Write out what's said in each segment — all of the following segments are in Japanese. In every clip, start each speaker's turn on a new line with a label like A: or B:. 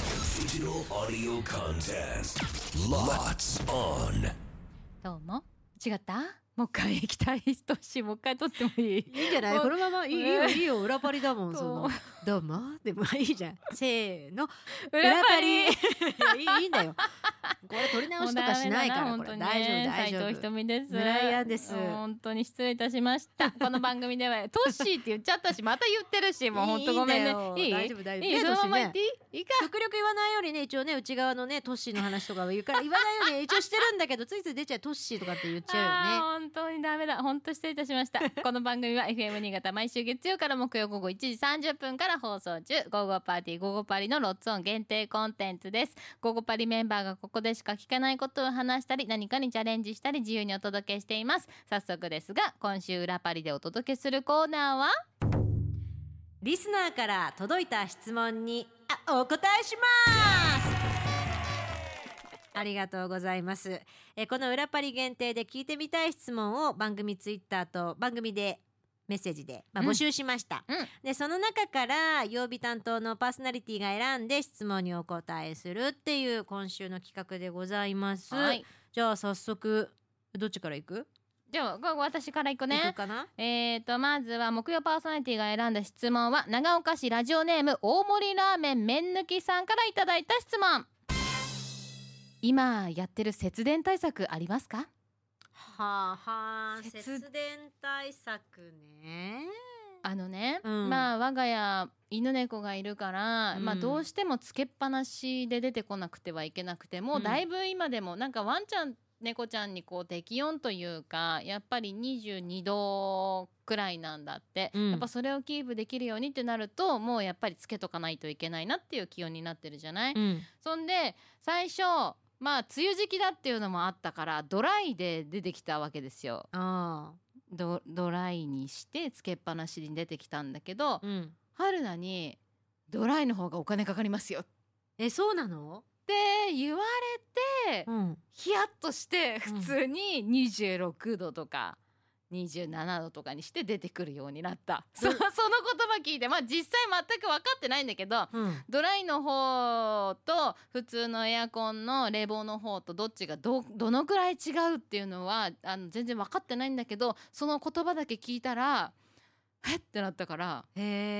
A: Digital audio contest. Lots on.
B: どうも違ったもう一回行きたい人しもう一回撮ってもい い
C: いいんじゃない
B: もう
C: このままいいいい
B: も
C: よ
B: う
C: いいよ裏パリだもん
B: そう
C: そのどうもでもいいじゃんせーの
B: 裏パリ
C: 裏パリいいいいんだよこれ取り直しとかしないからこれ大丈夫大
B: 斉
C: 丈
B: 藤ひと
C: 夫
B: みです
C: 村井杏です
B: 本当に失礼いたしま したこの番組ではトッシーって言っちゃったしまた言ってるしもう本当ごめん
C: いいんだよ
B: ねいい
C: 大丈夫大丈夫
B: いい
C: ね
B: そのまま言っていいいいか
C: 極力言わないようにね一応ね内側のねトッシーの話とかは言うから言わないように一応してるんだけどついつい出ちゃうトッシーとかって言っちゃうよね
B: あー本当にダメだ本当失礼いたしました この番組は FM 新潟毎週月曜から木曜午後1時30分から放送中「午後パーティー午後パリ」のロッツオン限定コンテンツです午後パリメンバーがここでしか聞けないことを話したり何かにチャレンジしたり自由にお届けしています早速ですが今週裏パリでお届けするコーナーは
C: リスナーから届いた質問にあお答えしますありがとうございますえーこの裏パリ限定で聞いてみたい質問を番組ツイッターと番組でメッセージで、まあ、
B: うん
C: 募集しました、
B: うん
C: でその中から曜日担当のパーソナリティが選んで質問にお答えするっていう今週の企画でございます、
B: はい
C: じゃあ早速どっちから行く、
B: じゃあこ私からいく
C: 行
B: ね
C: くかな
B: えー、とまずは木曜パーソナリティが選んだ質問は長岡市ラジオネーム大盛りラーメン麺抜きさんからいただいた質問今やってる節電対策ありますか
C: はあはあ
B: 節
C: 節電対策ね
B: あのね、
C: うん
B: まあ我が家犬猫がいるから、
C: うん
B: まあどうしてもつけっぱなしで出てこなくてはいけなくてもう
C: うん
B: だいぶ今でもなんかワンちゃん猫ちゃんにこう適温というかやっぱり22度くらいなんだって、
C: うん
B: やっぱそれをキープできるようにってなるともうやっぱりつけとかないといけないなっていう気温になってるじゃない、
C: うん
B: そんで最初まあ梅雨時期だっていうのもあったからドライで出てきたわけですよ
C: あ
B: ドドライにしてつけっぱなしに出てきたんだけど
C: あうん
B: 春菜にドライの方がお金かかりますよっ
C: えそうなの
B: て言われて
C: うん
B: ヒヤッとして
C: うん
B: 普通に26度とか。27度とかにして出てくるようになった、そその 言葉聞いてまあ実際全く分かってないんだけど
C: うん
B: ドライの方と普通のエアコンの冷房の方とどっちがどどのくらい違うっていうのはあの全然分かってないんだけどその言葉だけ聞いたらえってなったから
C: へ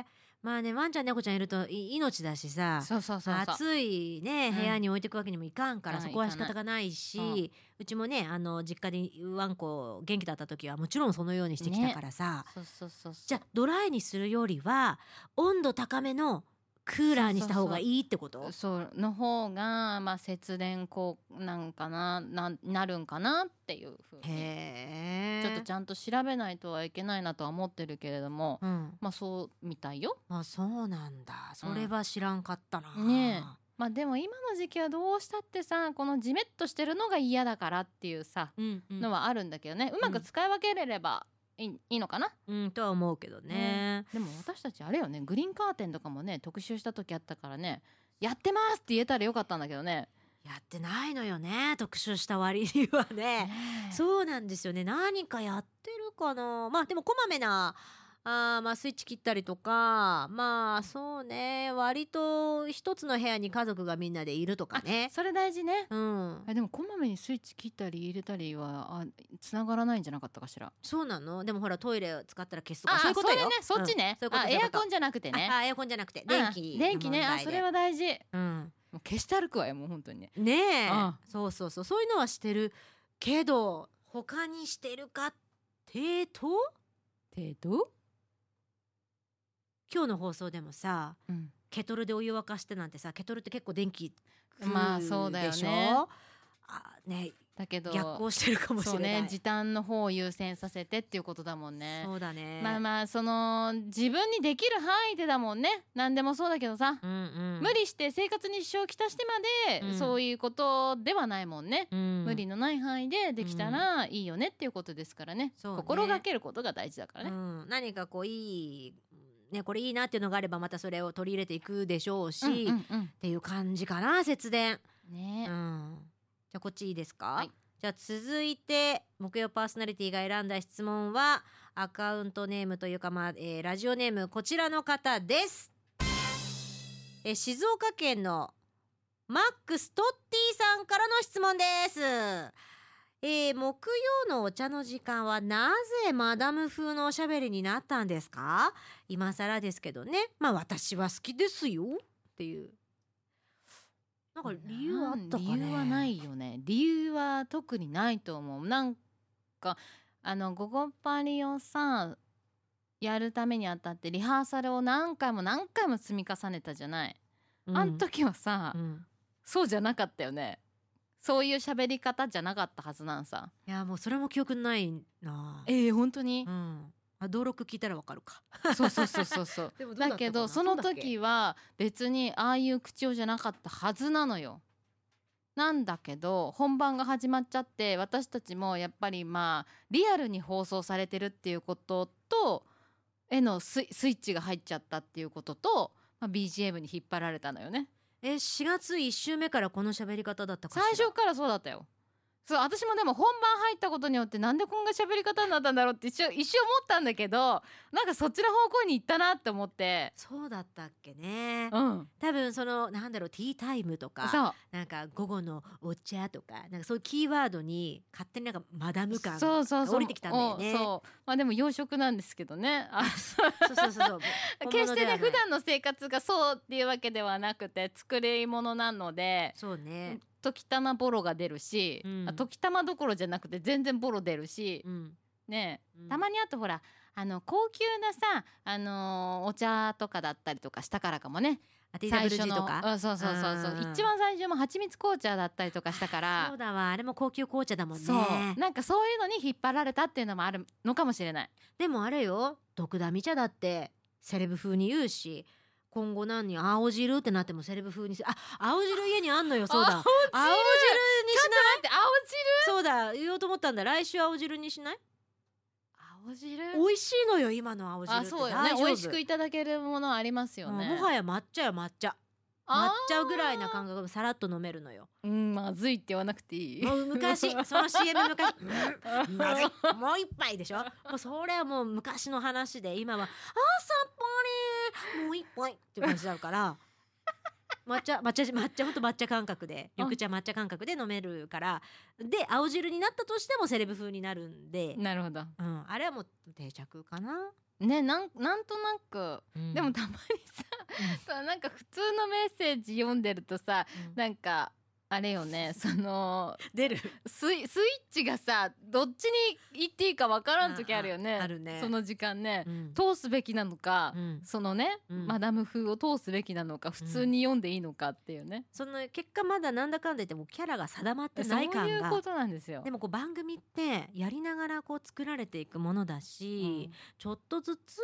C: えまあねワンちゃん猫ちゃんいるとい命だしさ
B: そうそうそうそう
C: 暑いね
B: うん
C: 部屋に置いてくわけにもいかんから、
B: うん
C: そこは仕
B: いか
C: 方がないし
B: ないう
C: ちもねあの実家でワンコ元気だった時はもちろんそのようにしてきたからさ、
B: そうそうそうそう
C: じゃあドライにするよりは温度高めのクーラーにした方がいいってこと
B: そうの方が、まあ、節電こうなんかなななるんかなっていうふうに
C: へえ
B: ちょっとちゃんと調べないとはいけないなとは思ってるけれども、
C: うん
B: まあそうみたいよ。
C: あそうなんだそれは知らんかったな、
B: ねまあでも今の時期はどうしたってさこのジメッとしてるのが嫌だからっていうさ、
C: うんうん
B: のはあるんだけどねうまく使い分けれればいい,、いいのかな
C: うんとは思うけどね
B: でも私たちあれよねグリーンカーテンとかもね特集した時あったからねやってますって言えたらよかったんだけどね
C: やってないのよね特集した割にはね
B: そう
C: そうなんですよね何かやってるかなまあでもこまめなあーまあスイッチ切ったりとかまあそうね割と一つの部屋に家族がみんなでいるとかね
B: それ大事ね
C: うん
B: あでもこまめにスイッチ切ったり入れたりはあ繋がらないんじゃなかったかしら
C: そうなのでもほらトイレ使ったら消すと
B: あ
C: かそういうことよ
B: れねそっちね、
C: うんそういうこと
B: あ
C: そうい
B: エ
C: うこ
B: ア
C: と
B: コンじゃなくてね
C: ああエアコンじゃなくて電気
B: あ電気ねあそれ
C: は
B: は大事
C: うん
B: もう消して歩くわよもう本当にね
C: ねえ、
B: うん
C: そうそうそうそういうのはしてるけど他にしてるかってと
B: 程度
C: 今日の放送でもさ
B: うん
C: ケトルでお湯沸かしてなんてさケトルって結構電気食
B: まあそうだよね
C: でしょあね
B: だけど
C: 逆行してるかもし
B: そう
C: れない
B: ね時短の方を優先させてっていうことだもんね
C: そうだね
B: まあまあその自分にできる範囲でだもんね何でもそうだけどさ、
C: うんうん
B: 無理して生活に支障をきたしてまで、
C: うん
B: そういうことではないもんね、
C: うん
B: 無理のない範囲でできたらいいよねっていうことですからね,、
C: そうね
B: 心がけることが大事だからね、
C: うん、何かこういいねこれいいなっていうのがあればまたそれを取り入れていくでしょうし、
B: うんう
C: っ
B: んうん
C: ていう感じかな節電
B: ね
C: うん、じゃあこっちいいですか、
B: はい
C: じゃあ続いて木曜パーソナリティが選んだ質問はアカウントネームというか、まあえーラジオネームこちらの方ですえー静岡県のマックストッティさんからの質問です、えー木曜のお茶の時間はなぜマダム風のおしゃべりになったんですか今更ですけどねまあ私は好きですよっていうなんか理由あったかね
B: 理由はないよね理由は特にないと思うなんかあの「ゴゴパリ」をさやるためにあたってリハーサルを何回も何回も積み重ねたじゃない、
C: うん
B: あん時はさ、
C: うん
B: そうじゃなかったよねそういう喋り方じゃなかったはずなんさ
C: いやもうそれも記憶ないな
B: えー、本当に
C: う、んあ登録聞いたらわかるか
B: そうそうそうそうそう
C: でもどうだったかな
B: だけどその時は別にああいう口調じゃなかったはずなのよなんだけど本番が始まっちゃって私たちもやっぱりまあリアルに放送されてるっていうこととへのスイスイッチが入っちゃったっていうことと、まあ、BGM に引っ張られたのよね
C: え4月1週目からこの喋り方だったかしら
B: 最初からそうだったよそう私もでも本番入ったことによってなんでこんな喋り方になったんだろうって一瞬一瞬思ったんだけどなんかそっちの方向に行ったなって思って
C: そうだったっけね
B: うん
C: 多分そのなんだろうティータイムとか
B: そう
C: なんか午後のお茶とかなんかそういうキーワードに勝手になんかマダム感そ
B: そううそうそう
C: 降りてきたんだよね
B: おそうまあでも洋食なんですけどね あ
C: そう そうそう
B: 決してね
C: 本物ではない
B: 普段の生活がそうっていうわけではなくて作り物なので
C: そうね
B: 時たまボロが出るし、
C: うん
B: あ時たまどころじゃなくて全然ボロ出るし、
C: うん
B: ね
C: うん
B: たまにあとほらあの高級なさ、あのーお茶とかだったりとかしたからかもね
C: アティダブルジ
B: の
C: とか
B: うん、そうそうそうそう
C: うん
B: 一番最初も蜂蜜紅茶だったりとかしたから
C: そうだわあれも高級紅茶だもんね
B: そうなんかそういうのに引っ張られたっていうのもあるのかもしれない。
C: でもあれよ毒ダミ茶だってセレブ風に言うし今後何に青汁ってなってもセレブ風にすあ青汁家にあんのよそう だ青汁にしない
B: だって青汁
C: そうだ言おうと思ったんだ来週青汁にしない
B: 青汁
C: 美味しいのよ今の青汁っ
B: あ
C: て
B: そうよね
C: 大丈夫
B: 美味しくいただけるものありますよね
C: うんもはや抹茶よ抹茶抹
B: あ
C: 茶ぐらいな感覚でさらっと飲めるのよ
B: ーうんまずいって言わなくていい
C: もう昔 その CM 昔うんまずいもう一杯でしょもうそれはもう昔の話で今はあーさっぱりもう一杯っていう感じだから 抹茶抹茶抹茶ほんと抹茶感覚で緑茶抹茶感覚で飲めるからで青汁になったとしてもセレブ風になるんで、
B: なるほど
C: うん、あれはもう定着かな、
B: ねなんなんとなくでもたまにさ、なんか普通のメッセージ読んでるとさ
C: うん
B: なんかあれよねその
C: 出る
B: スイスイッチがさどっちに行っていいかわからん時あるよね
C: ああるね
B: その時間ね、
C: うん
B: 通すべきなのか、
C: うん
B: そのね、
C: うん
B: マダム風を通すべきなのか普通に読んでいいのかっていうね、
C: その結果まだなんだかんだ言ってもうキャラが定まってない
B: そうい
C: 感
B: う
C: が
B: ことなんですよ
C: で。もこう番組ってやりながらこう作られていくものだし、ちょっとずつ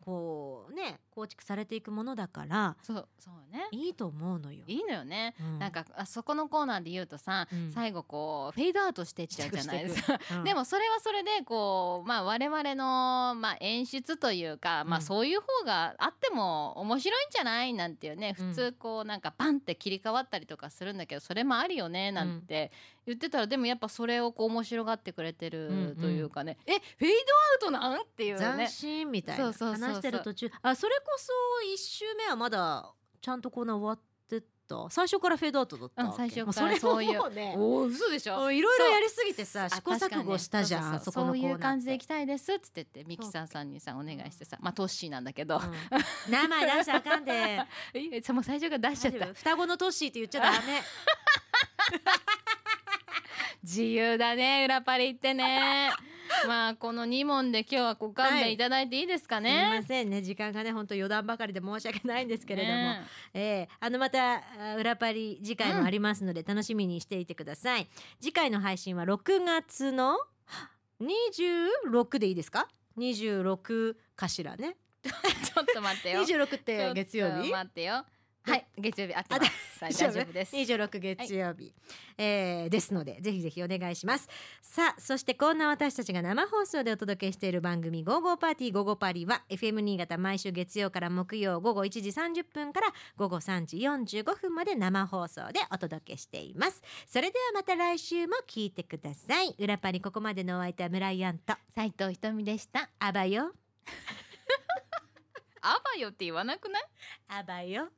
C: こうね構築されていくものだから
B: そうそうね
C: いいと思うのよ。
B: いいのよね、
C: うん
B: なんかあそこのコーナーで言うとさ、
C: うん
B: 最後こうフェードアウトしてっちゃうじゃないですか。
C: うん
B: でもそれはそれでこう、まあ、我々の、まあ、演出というか、まあ、
C: うん
B: そういう方があっても面白いんじゃないなんていうね
C: うん
B: 普通こうなんかパンって切り替わったりとかするんだけどそれもあるよねなんて言ってたらでもやっぱそれをこう面白がってくれてるというかね、えフェードアウトなんっていう
C: 斬
B: ね
C: 新みたいな
B: そうそうそうそう
C: 話してる途中あそれこそ1周目はまだちゃんとコーナー終わってた最初からフェードアウトだったわけ
B: うん最初からそういう
C: もうそれももうね
B: おー嘘でしょ
C: うんいろいろやりすぎてさ
B: あ
C: 試行錯誤したじゃん
B: 確
C: そ
B: か
C: こ
B: に
C: の
B: ね
C: コ
B: そうそうそ
C: ーナー
B: ういう感じで
C: っ
B: 行
C: て
B: きたいですっつってってミキサーさんにさお願いしてさまあトッシーなんだけど、
C: うん生出しちゃあかんで
B: えもう最初から出しちゃっ
C: 大丈
B: た
C: 夫双子のトッシーって言っちゃダメ
B: 自由だね裏パリってねまあこの2問で今日はご勘
C: は
B: 弁
C: い
B: いただいていいですか
C: すみ
B: ね
C: ま、せんね時間がね本当余談ばかりで申し訳ないんですけれども、
B: ね
C: えーあのまたあ裏パリ次回もありますので楽しみにしていてください、次回の配信は6月の26でいいですか26かしらね
B: ちょっと待って よ
C: 26って月曜
B: ちょっ
C: 日
B: と待ってよはい月曜日あってますはい
C: 大丈
B: 大
C: 夫
B: 丈夫です
C: 26月曜日、えーですのでぜひぜひお願いしますさあそしてこんな私たちが生放送でお届けしている番組「ゴーゴーパーティーゴーゴーパリ」は FM 新潟毎週月曜から木曜午後1時30分から午後3時45分まで生放送でお届けしていますそれではまた来週も聞いてください裏パリここまでのお相手は村井アンと
B: 斉藤ひとみでした
C: あばよ
B: あばよって言わなくない
C: あばよ